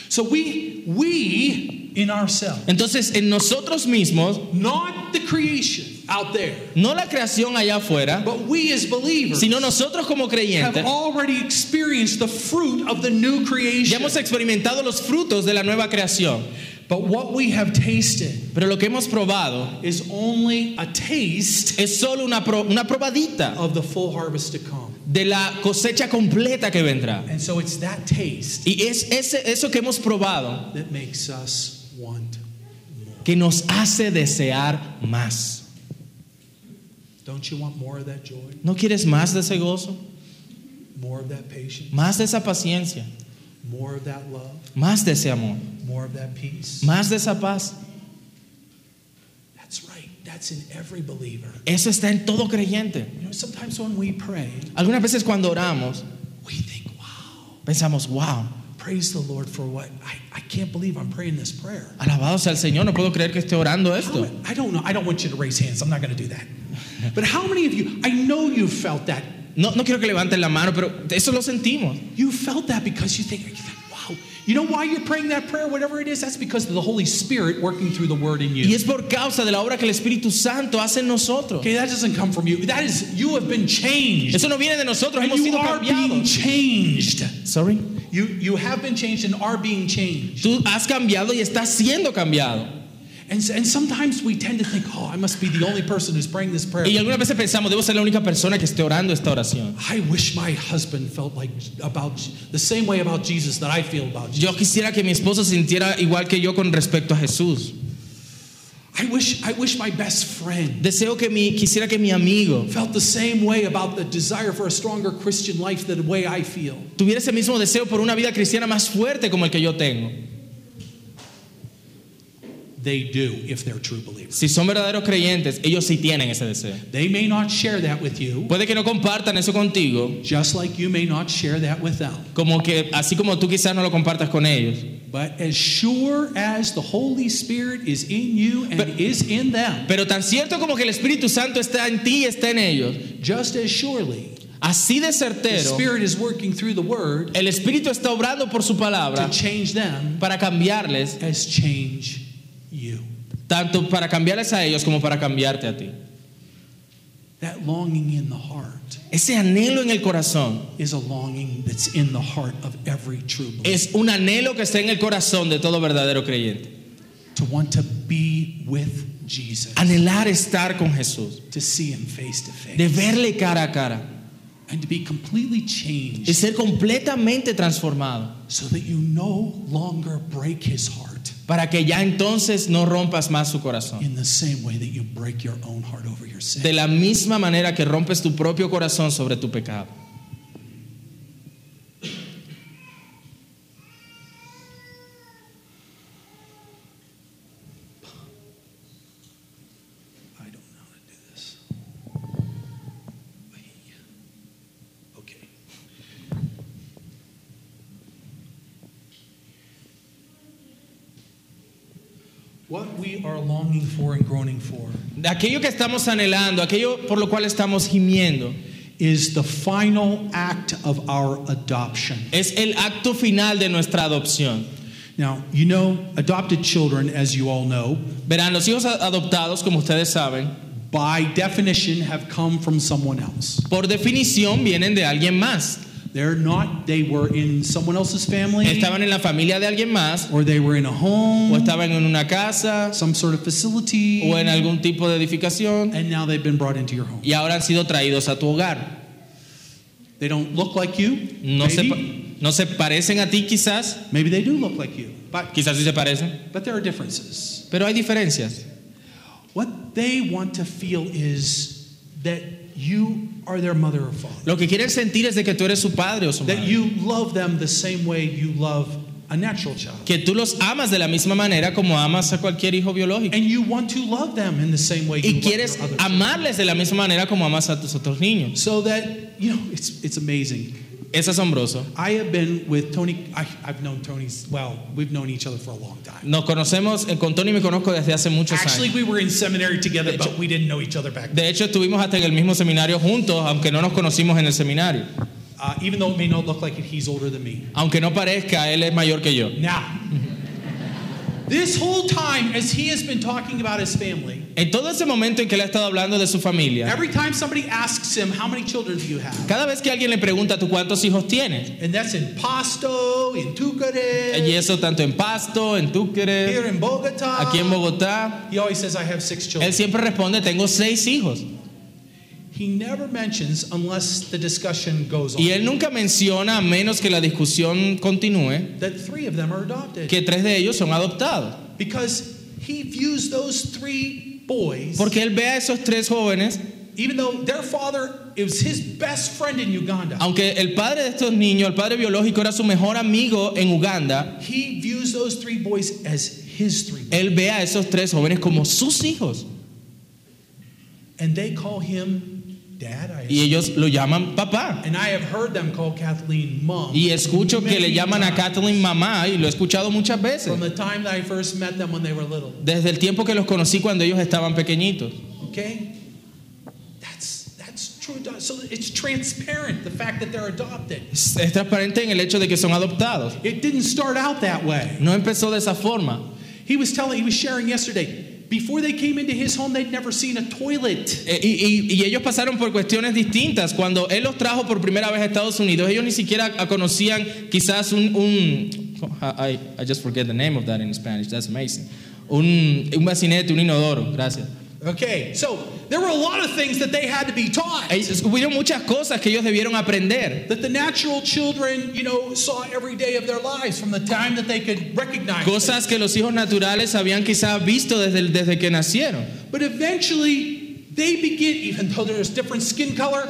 B: So we we in ourselves,
A: Entonces, en nosotros mismos,
B: not the creation out there,
A: no la creación allá afuera,
B: but we as believers
A: sino nosotros como
B: have
A: creyentes,
B: already experienced the fruit of the new
A: ya
B: creation.
A: hemos experimentado los frutos de la nueva creación.
B: But what we have tasted
A: Pero lo que hemos probado
B: is only a taste
A: es solo una, pro- una probadita
B: of the full harvest to come.
A: de la cosecha completa que vendrá.
B: And so it's that taste
A: Y es ese, eso que hemos probado
B: that makes us want.
A: que nos hace desear más.
B: Don't you want more of that joy?
A: ¿No quieres más de ese gozo?
B: More of that patience?
A: Más de esa paciencia,
B: More of that love?
A: más de ese amor,
B: More of that peace?
A: más de esa paz.
B: That's right. That's in every believer.
A: Eso está en todo creyente.
B: You know, sometimes when we pray,
A: Algunas veces cuando oramos,
B: we think, wow,
A: pensamos, wow,
B: praise the Lord for what? I, I can't believe I'm praying this prayer.
A: alabado sea el Señor, no puedo creer que esté orando
B: How-
A: esto.
B: I don't know. I don't want you to raise hands. I'm not going to do that. But how many of you, I know you felt that.
A: No, no quiero que levanten la mano, pero eso lo sentimos.
B: You felt that because you think, wow. You know why you're praying that prayer, whatever it is? That's because of the Holy Spirit working through the word in
A: Y
B: you.
A: es por causa de la obra que el Espíritu Santo hace en nosotros.
B: Okay, that doesn't come from you. That is, you have been changed.
A: Eso no viene de nosotros,
B: And
A: hemos
B: you
A: sido
B: are being
A: cambiados.
B: changed.
A: Sorry.
B: You, you have been changed and are being changed.
A: Tú has cambiado y estás siendo cambiado.
B: And, s- and sometimes we tend to think, oh, I must be the only person who's praying this prayer.
A: Y algunas veces pensamos, debo ser la única persona que esté orando esta oración.
B: I wish my husband felt like about the same way about Jesus that I feel about Jesus.
A: Yo quisiera que mi esposo se sintiera igual que yo con respecto a Jesús.
B: I wish I wish my best friend
A: Deseo que mi, quisiera que mi amigo
B: felt the same way about the desire for a stronger Christian life than the way I feel.
A: tuviera ese mismo deseo por una vida cristiana más fuerte como el que yo tengo.
B: They do if they're true believers.
A: Si son verdaderos creyentes, ellos sí tienen ese deseo.
B: They may not share that with you,
A: Puede que no compartan eso contigo,
B: just like you may not share that with them.
A: como que así como tú quizás no lo compartas con ellos.
B: But as sure as the Holy Spirit is in you and
A: But-
B: is in them,
A: Pero tan cierto como que el Espíritu Santo está en ti y está en ellos,
B: just as surely
A: así de
B: the
A: certero
B: Spirit is working through the word
A: el Espíritu está obrando por su
B: to
A: palabra
B: change them
A: para cambiarles
B: as change you.
A: tanto para cambiarles a ellos como para cambiarte a ti.
B: That longing in the heart
A: Ese anhelo en el corazón
B: is a longing that's in the heart of every true believer.
A: es un anhelo que está en el corazón de todo verdadero creyente.
B: to want to be with Jesus,
A: Anhelar estar con Jesús,
B: to see him face to
A: de
B: face,
A: verle cara a cara
B: and to be completely
A: y
B: changed
A: ser completamente transformado
B: so that you no longer break his heart
A: para que ya entonces no rompas más su corazón.
B: in the same way that you break your own heart over your sin.
A: De la misma manera que rompes tu propio corazón sobre tu pecado.
B: I don't know how to do this. Okay. What we are longing for and groaning for
A: De aquello que estamos anhelando, aquello por lo cual estamos gimiendo,
B: is the final act of our adoption.
A: es el acto final de nuestra adopción.
B: Now, you know, adopted children, as you all know,
A: Verán, los hijos a- adoptados, como ustedes saben,
B: by definition have come from someone else.
A: por definición vienen de alguien más.
B: They're not, they were in someone else's family,
A: Estaban en la familia de alguien más,
B: or they were in a
A: o
B: home,
A: estaban en una casa,
B: some sort of facility,
A: o en algún tipo de edificación,
B: and now they've been brought into your home.
A: y ahora han sido traídos a tu hogar.
B: They don't look like you.
A: No, se, pa-
B: Maybe,
A: no se parecen a ti quizás,
B: maybe they do look like you, but,
A: quizás sí se parecen,
B: but there are differences.
A: pero hay diferencias.
B: What they want to feel is that you are their mother or father,
A: Lo que quieren sentir es de que tú eres su padre o su
B: that
A: madre.
B: you love them the same way you love a natural child.
A: Que tú los amas de la misma manera como amas a cualquier hijo biológico.
B: And you want to love them in the same way you
A: Y quieres
B: love your other children.
A: amarles de la misma manera como amas a tus otros niños.
B: So that, you know, it's, it's amazing.
A: Es asombroso.
B: I have been with Tony, I, I've known Tony's, well, we've known each other for a long time.
A: Nos conocemos, eh, con Tony me conozco desde hace muchos
B: Actually,
A: años.
B: we were in seminary together, but we didn't know each other back then.
A: De hecho, estuvimos hasta en el mismo seminario juntos, aunque no nos conocimos en el seminario.
B: Uh, even though it may not look like it, he's older than me.
A: Aunque no parezca, él es mayor que yo. (laughs)
B: Now, this whole time, as he has been talking about his family,
A: En todo ese momento en que él ha estado hablando de su familia,
B: every time somebody asks him, How many children do you have?
A: cada vez que alguien le pregunta, ¿tú cuántos hijos tienes?
B: And that's in Pasto, in Tucumán,
A: Y eso tanto en Pasto, en Túqueres,
B: here in Bogota.
A: aquí en Bogotá.
B: He always says, I have six
A: Él
B: children.
A: siempre responde, tengo seis hijos.
B: He never mentions unless the discussion goes
A: Y
B: on
A: él nunca menciona, a menos que la discusión continúe,
B: that three of them are adopted.
A: que tres de ellos son adoptados.
B: Because he views those three boys,
A: Porque él ve a esos tres jóvenes,
B: even though their father is his best friend in Uganda,
A: aunque el padre de estos niños, el padre biológico, era su mejor amigo en Uganda,
B: he views those three boys as his three boys.
A: él ve a esos tres jóvenes como sus hijos.
B: And they call him dad. I
A: Y ellos lo llaman papá.
B: and I have heard them call Kathleen mom.
A: Y escucho que le llaman a Kathleen mamá y lo he escuchado muchas veces.
B: From the time that I first met them when they were little.
A: Desde el tiempo que los conocí cuando ellos estaban pequeñitos.
B: Okay? That's that's true. ado- So it's transparent, the fact that they're adopted.
A: Es es transparente en el hecho de que son adoptados.
B: It didn't start out that way.
A: No empezó de esa forma.
B: He was telling he was sharing yesterday. Before they came into his home, they'd never seen a toilet.
A: Eh, Y, y- y ellos pasaron por cuestiones distintas. Cuando él los trajo por primera vez a Estados Unidos, ellos ni siquiera a- conocían quizás un... un- I, I just forget the name of that in Spanish. That's amazing. Un, un bacinete, un inodoro. Gracias.
B: Okay, so there were a lot of things that they had to be taught.
A: Ellos- hubieron muchas cosas que ellos debieron aprender.
B: That the natural children, you know, saw every day of their lives from the time that they could recognize.
A: Cosas que los hijos naturales habían quizás visto desde, el- desde que nacieron.
B: But eventually, they begin, even though there's different skin color,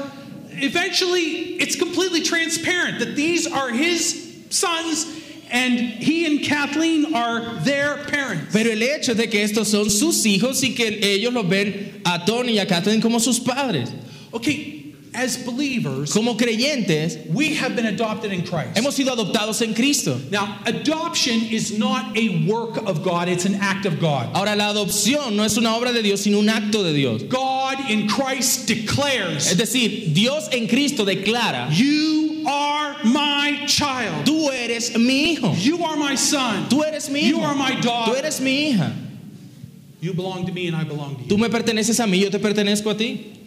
B: eventually it's completely transparent that these are his sons and he and Kathleen are their parents.
A: Pero el hecho de que estos son sus hijos y que ellos los ven a Tony y a Catherine como sus padres.
B: Okay, as believers,
A: Como creyentes,
B: we have been adopted in Christ.
A: hemos sido adoptados en Cristo.
B: Now, adoption is not a work of God, it's an act of God.
A: Ahora, la adopción no es una obra de Dios, sino un acto de Dios.
B: God in Christ declares,
A: Es decir, Dios en Cristo declara,
B: You are my child,
A: tú eres mi hijo,
B: you are my son,
A: tú eres mi
B: you
A: hijo,
B: are my
A: tú
B: daughter.
A: eres mi hija.
B: You belong to me and I belong to you.
A: Tú me perteneces a mí, yo te pertenezco a ti.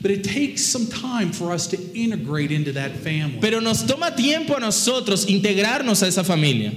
B: But it takes some time for us to integrate into that family,
A: Pero nos toma tiempo a nosotros integrarnos a esa familia,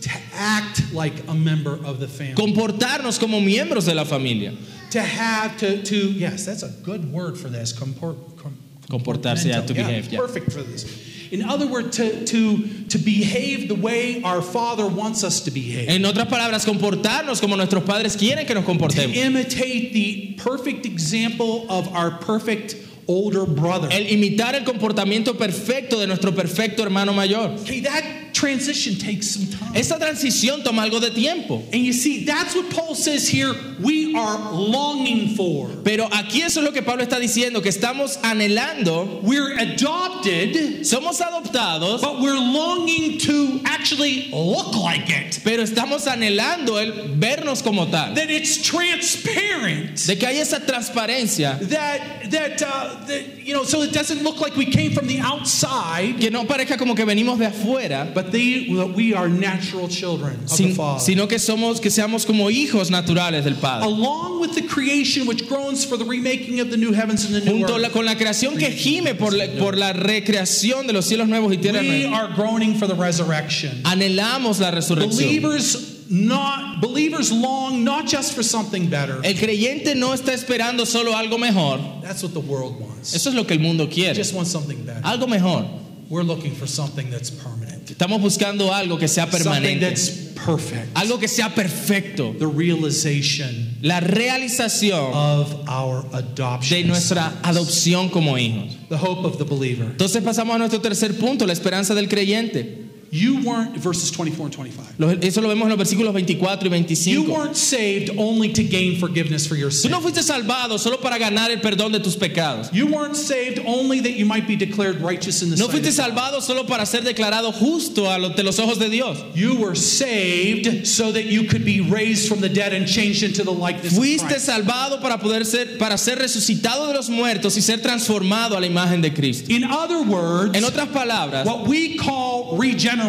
B: to act like a member of the family,
A: comportarnos como miembros de la familia.
B: to have to to yes, that's a good word for this. Comport, com,
A: Comportarse, yeah, to
B: yeah,
A: behave, yeah.
B: perfect for this. In other words, to to to behave the way our Father wants us to behave.
A: En otras palabras, comportarnos como nuestros padres quieren que nos
B: to
A: comportemos.
B: imitate the perfect example of our perfect older brother.
A: El imitar el comportamiento perfecto de nuestro perfecto hermano mayor.
B: Okay, that transition takes some time.
A: Esa transición toma algo de tiempo.
B: and you see, that's what Paul says here we are longing for.
A: Pero aquí eso es lo que Pablo está diciendo, que estamos anhelando,
B: We're adopted,
A: somos adoptados,
B: but we're longing to actually look like it.
A: pero estamos anhelando el vernos como tal.
B: That it's transparent.
A: De que hay esa transparencia,
B: That that uh, that you know, so it doesn't look like we came from the outside,
A: que no parezca como que venimos de afuera,
B: but they that we are natural children of the
A: sin-
B: Father.
A: sino que somos que seamos como hijos naturales del Padre.
B: Along with the creation which groans for the remaking of the new heavens and the new
A: Junto la-
B: earth,
A: con la creación que gime por la, por la recreación de los cielos nuevos y tierra
B: we
A: nueva.
B: are groaning for the resurrection.
A: Anhelamos la resurrección.
B: Believers not believers long not just for something better.
A: El creyente no está esperando solo algo mejor.
B: That's what the world wants.
A: Eso es lo que el mundo
B: It
A: quiere.
B: just wants something better.
A: Algo mejor.
B: We're looking for something that's permanent.
A: Estamos buscando algo que sea
B: Something
A: permanente.
B: that's perfect.
A: Algo que sea perfecto.
B: The realization
A: La realización
B: of our adoption.
A: de nuestra adopción como hijos.
B: The hope of the believer.
A: Entonces pasamos a nuestro tercer punto, la esperanza del creyente.
B: You weren't, verses 24 and 25.
A: Los- Eso lo vemos en los versículos 24 y
B: You
A: 25.
B: weren't saved only to gain forgiveness for your
A: Tú
B: sin.
A: no fuiste salvado solo para ganar el perdón de tus pecados.
B: You weren't saved only that you might be declared righteous in the
A: No
B: sight of
A: fuiste
B: God.
A: salvado solo para ser declarado justo a lo- ante los ojos de Dios.
B: You were saved so that you could be raised from the dead and changed into the likeness of
A: Fuiste
B: Christ.
A: salvado para poder ser para ser resucitado de los muertos y ser transformado a la imagen de Cristo.
B: In other words,
A: En otras palabras,
B: what we call regeneration,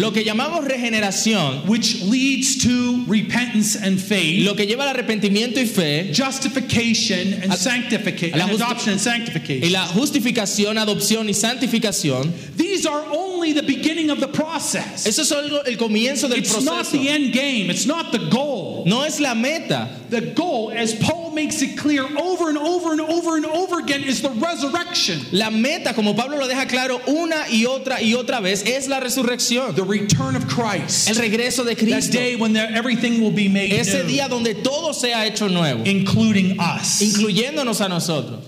A: lo que llamamos regeneración,
B: which leads to repentance and faith,
A: lo que lleva al arrepentimiento y fe,
B: justification and
A: A-
B: sanctification,
A: a la
B: and
A: justi-
B: adoption and
A: y
B: sanctification.
A: la justificación, adopción y santificación,
B: These are only the beginning of the process.
A: eso es algo- el comienzo del
B: It's not
A: proceso.
B: the end game. It's not the goal.
A: No es la meta.
B: The goal, as Paul makes it clear over and over and over and over again, is the resurrection,
A: La meta, como Pablo lo deja claro una y otra y otra vez, es la resurrección,
B: the return of Christ.
A: el regreso de
B: That
A: Cristo.
B: day when the, everything will be made
A: Ese
B: new,
A: día donde todo sea hecho nuevo,
B: including us.
A: incluyéndonos a nosotros.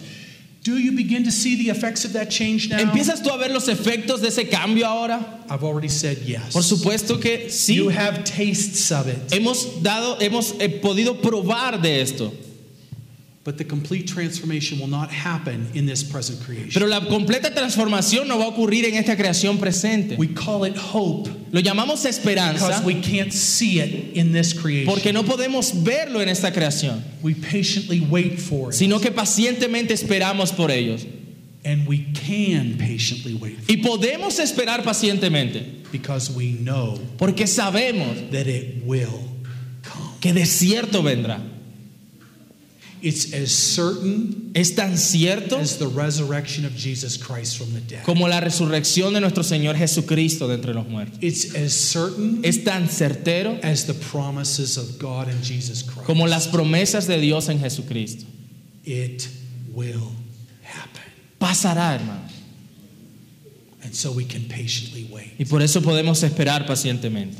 B: Do you begin to see the effects of that change now?
A: ¿Empiezas tú a ver los efectos de ese cambio ahora?
B: I've already said yes.
A: Por supuesto que sí.
B: You have tastes of it,
A: Hemos dado, hemos eh, podido probar de esto,
B: but the complete transformation will not happen in this present creation.
A: pero la completa transformación no va a ocurrir en esta creación presente.
B: We call it hope
A: Lo llamamos
B: because
A: esperanza
B: we can't see it in this creation.
A: porque no podemos verlo en esta creación,
B: We patiently wait for it.
A: sino que pacientemente esperamos por ellos.
B: And we can patiently wait for
A: Y podemos esperar pacientemente,
B: it because we know
A: porque sabemos
B: that it will come.
A: que de cierto vendrá.
B: It's as certain
A: Es tan cierto
B: as the resurrection of Jesus Christ from the dead.
A: como la resurrección de nuestro Señor Jesucristo de entre los muertos.
B: It's as certain
A: Es tan certero
B: as the promises of God in Jesus Christ.
A: como las promesas de Dios en Jesucristo.
B: It will happen.
A: Pasará, hermano.
B: And so we can patiently wait.
A: Y por eso podemos esperar pacientemente.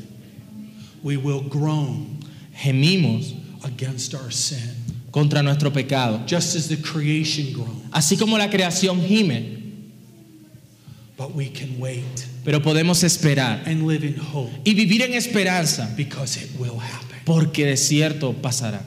B: We will groan
A: Gemimos
B: against our sin,
A: contra nuestro pecado,
B: just as the creation groaned,
A: así como la creación gime,
B: but we can wait
A: pero podemos esperar
B: and live in hope
A: y vivir en esperanza,
B: because it will happen.
A: porque de cierto pasará.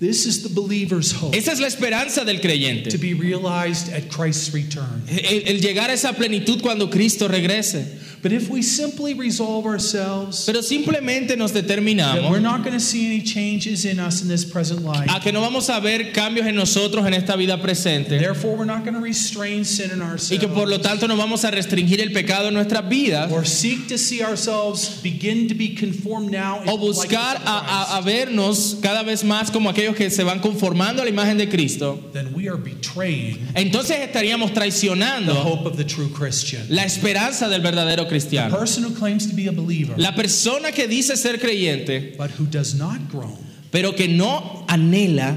B: This is the believer's hope
A: Esa es la esperanza del
B: to
A: creyente.
B: be realized at Christ's return.
A: El, el llegar a esa plenitud cuando Cristo regrese.
B: But if we simply resolve ourselves
A: Pero simplemente nos
B: that we're
A: determinamos
B: not going to see any changes in us in this present life,
A: a que no vamos a ver cambios en nosotros en esta vida presente
B: therefore we're not going to restrain sin in
A: y que por
B: ourselves
A: lo tanto no vamos a restringir el pecado en nuestras vidas
B: or seek to see ourselves begin to be conformed now into
A: o
B: the
A: buscar
B: likeness of
A: a, a- a
B: Christ,
A: vernos cada vez más como aquellos que se van conformando a la imagen de Cristo,
B: then we are betraying
A: entonces estaríamos
B: the
A: traicionando
B: hope of the true Christian.
A: la esperanza del verdadero
B: A
A: cristiano.
B: person who claims to be a believer
A: La persona que dice ser creyente,
B: but who does not groan
A: pero que no anhela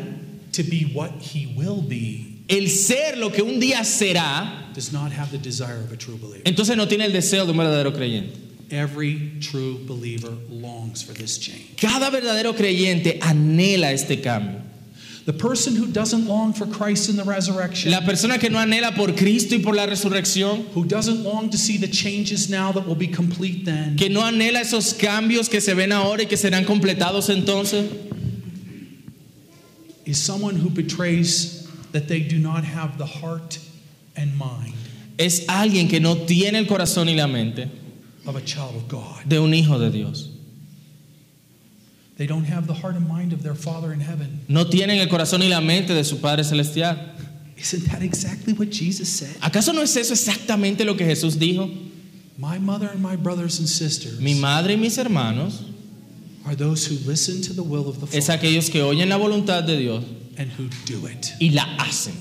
B: to be what he will be
A: el ser lo que un día será,
B: does not have the desire of a true believer.
A: entonces no tiene el deseo de un verdadero creyente.
B: Every true believer longs for this change.
A: Cada verdadero creyente anhela este cambio.
B: The person who doesn't long for Christ in the resurrection,
A: La persona que no anhela por Cristo y por la resurrección,
B: who doesn't long to see the changes now that will be complete then,
A: que no anhela esos cambios que se ven ahora y que serán completados entonces,
B: is someone who betrays that they do not have the heart and mind
A: es alguien que no tiene el corazón y la mente
B: of a child of God.
A: de un hijo de Dios.
B: They don't have the heart and mind of their Father in heaven.
A: No tienen el corazón y la mente de su Padre Celestial.
B: Isn't that exactly what Jesus said?
A: ¿Acaso no es eso exactamente lo que Jesús dijo?
B: My mother and my brothers and sisters
A: Mi madre y mis hermanos
B: are those who listen to the will of the
A: es
B: Father
A: aquellos que oyen la voluntad de Dios
B: and who do it.
A: y la hacen.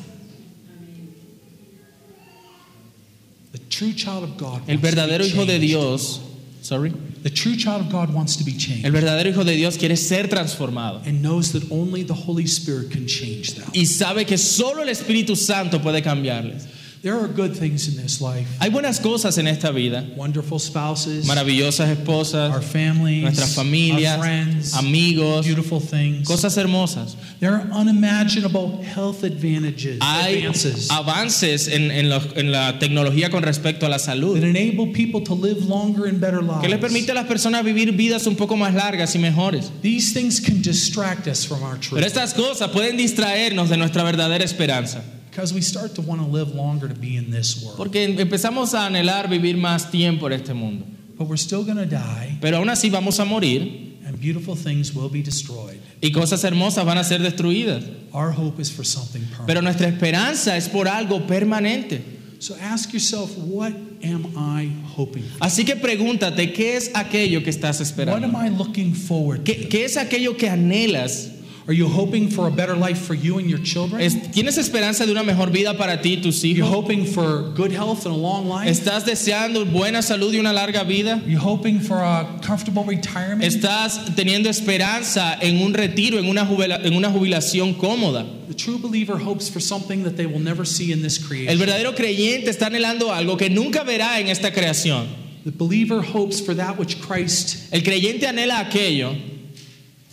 B: The true child of God.
A: El
B: wants to
A: verdadero
B: be
A: hijo de
B: changed.
A: Dios, sorry,
B: The true child of God wants to be changed
A: el verdadero hijo de Dios quiere ser transformado.
B: and knows that only the Holy Spirit can change them.
A: y sabe que solo el Espíritu Santo puede cambiarles.
B: There are good things in this life
A: Hay buenas cosas en esta vida,
B: wonderful spouses,
A: maravillosas
B: our
A: esposas,
B: families,
A: nuestras familias,
B: our friends,
A: amigos,
B: beautiful things.
A: cosas hermosas.
B: There are unimaginable health advantages,
A: Hay
B: advances
A: avances en, en la- en la tecnología con respecto a la salud.
B: that enable people to live longer and better lives.
A: que le permite a las personas vivir vidas un poco más largas y mejores.
B: These things can distract us from our
A: Pero
B: truth
A: estas cosas pueden distraernos de nuestra verdadera esperanza,
B: because we start to want to live longer to be in this world.
A: porque empezamos a anhelar vivir más tiempo en este mundo.
B: But we're still going to die,
A: Pero aún así vamos a morir
B: and beautiful things will be destroyed.
A: y cosas hermosas van a ser destruidas.
B: Our hope is for something
A: Pero
B: permanent.
A: nuestra esperanza es por algo permanente.
B: So ask yourself, what am I hoping for?
A: Así que pregúntate, ¿qué es aquello que estás
B: What am
A: esperando?
B: I looking forward to?
A: ¿Qué, qué es aquello que anhelas?
B: Are you hoping for a better life for you and your children?
A: Es- ¿Tienes esperanza de una mejor vida para ti y tus
B: You're
A: hijos?
B: hoping for good health and a long life?
A: ¿Estás deseando buena salud y una larga vida?
B: Are you hoping for a comfortable retirement?
A: Estás teniendo esperanza en un retiro, en una, jubila- en una jubilación cómoda.
B: The true believer hopes for something that they will never see in this
A: El
B: creation.
A: verdadero creyente está anhelando algo que nunca verá en esta creación.
B: The believer hopes for that which Christ
A: El creyente anhela aquello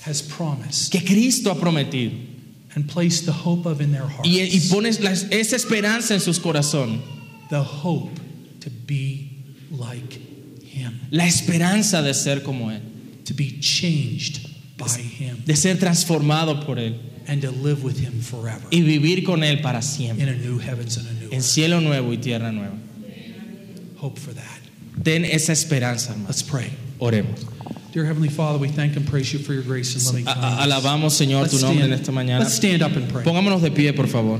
B: has promised
A: que Cristo ha prometido
B: and placed the hope of in their hearts.
A: y, y pones las- esa esperanza en sus corazones.
B: The hope to be like Him,
A: La esperanza de ser como Él,
B: to be changed by Him,
A: de ser transformado por Él
B: and to live with Him forever
A: y vivir con Él para siempre,
B: in a new heavens and a new
A: en
B: earth.
A: cielo nuevo y tierra nueva.
B: Hope for that.
A: Ten esa esperanza, hermano.
B: Let's pray.
A: Oremos.
B: Dear Heavenly Father, we thank and praise you for your grace and loving
A: A- a-
B: kindness.
A: alabamos, Señor, tu nombre en esta mañana.
B: let's stand up and pray.
A: Pongámonos de pie, por favor.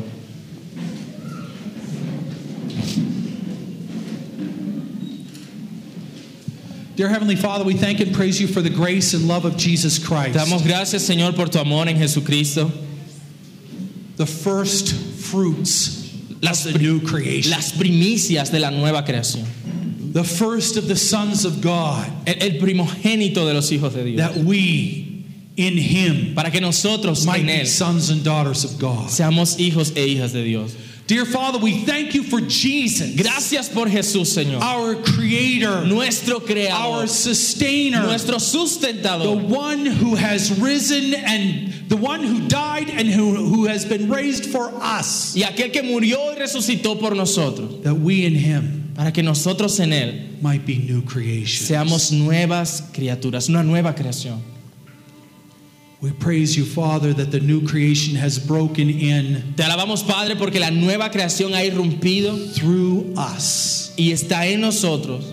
B: Dear Heavenly Father, we thank and praise you for the grace and love of Jesus Christ,
A: Te damos gracias, Señor, por tu amor en Jesucristo.
B: the first fruits
A: Las,
B: of the
A: pri-
B: new creation,
A: las primicias de la nueva creación.
B: the first of the sons of God,
A: El, el primogénito de los hijos de Dios.
B: that we in Him
A: Para que nosotros
B: might
A: en
B: be
A: Él
B: sons and daughters of God.
A: seamos hijos e hijas de Dios.
B: Dear Father, we thank you for Jesus,
A: Gracias por Jesús, Señor.
B: our Creator,
A: Nuestro
B: our
A: creador.
B: Sustainer,
A: Nuestro
B: the
A: sustentador.
B: one who has risen and the one who died and who, who has been raised for us,
A: Y aquel que murió y resucitó por nosotros.
B: that we in Him
A: Para que nosotros en Él
B: might be new creations.
A: seamos nuevas criaturas. Una nueva creación.
B: We praise you, Father, that the new creation has broken in
A: Te alabamos, Padre, porque la nueva creación ha irrumpido
B: through us,
A: y está en nosotros.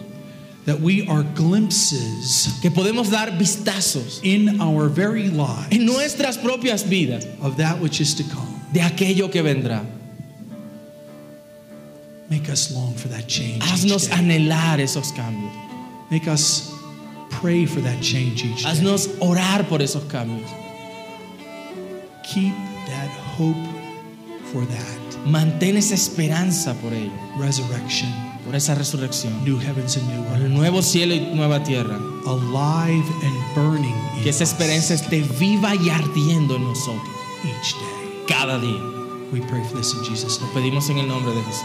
B: that we are glimpses
A: Que podemos dar vistazos
B: in our very lives
A: en nuestras propias vidas
B: of that which is to come.
A: de aquello que vendrá.
B: Make us long for that change. Each
A: Haznos
B: day.
A: anhelar esos cambios.
B: Make us pray for that change each day.
A: Haznos orar por esos cambios.
B: Keep that hope for that
A: Mantén esa esperanza por ello,
B: resurrection,
A: por esa resurrección.
B: new heavens and new earth.
A: El nuevo cielo y nueva tierra.
B: alive and burning in
A: Que esa
B: us
A: esperanza esté viva y ardiendo en nosotros.
B: each day.
A: Cada día.
B: We pray for this in Jesus' name.
A: Pedimos en el nombre de Jesús.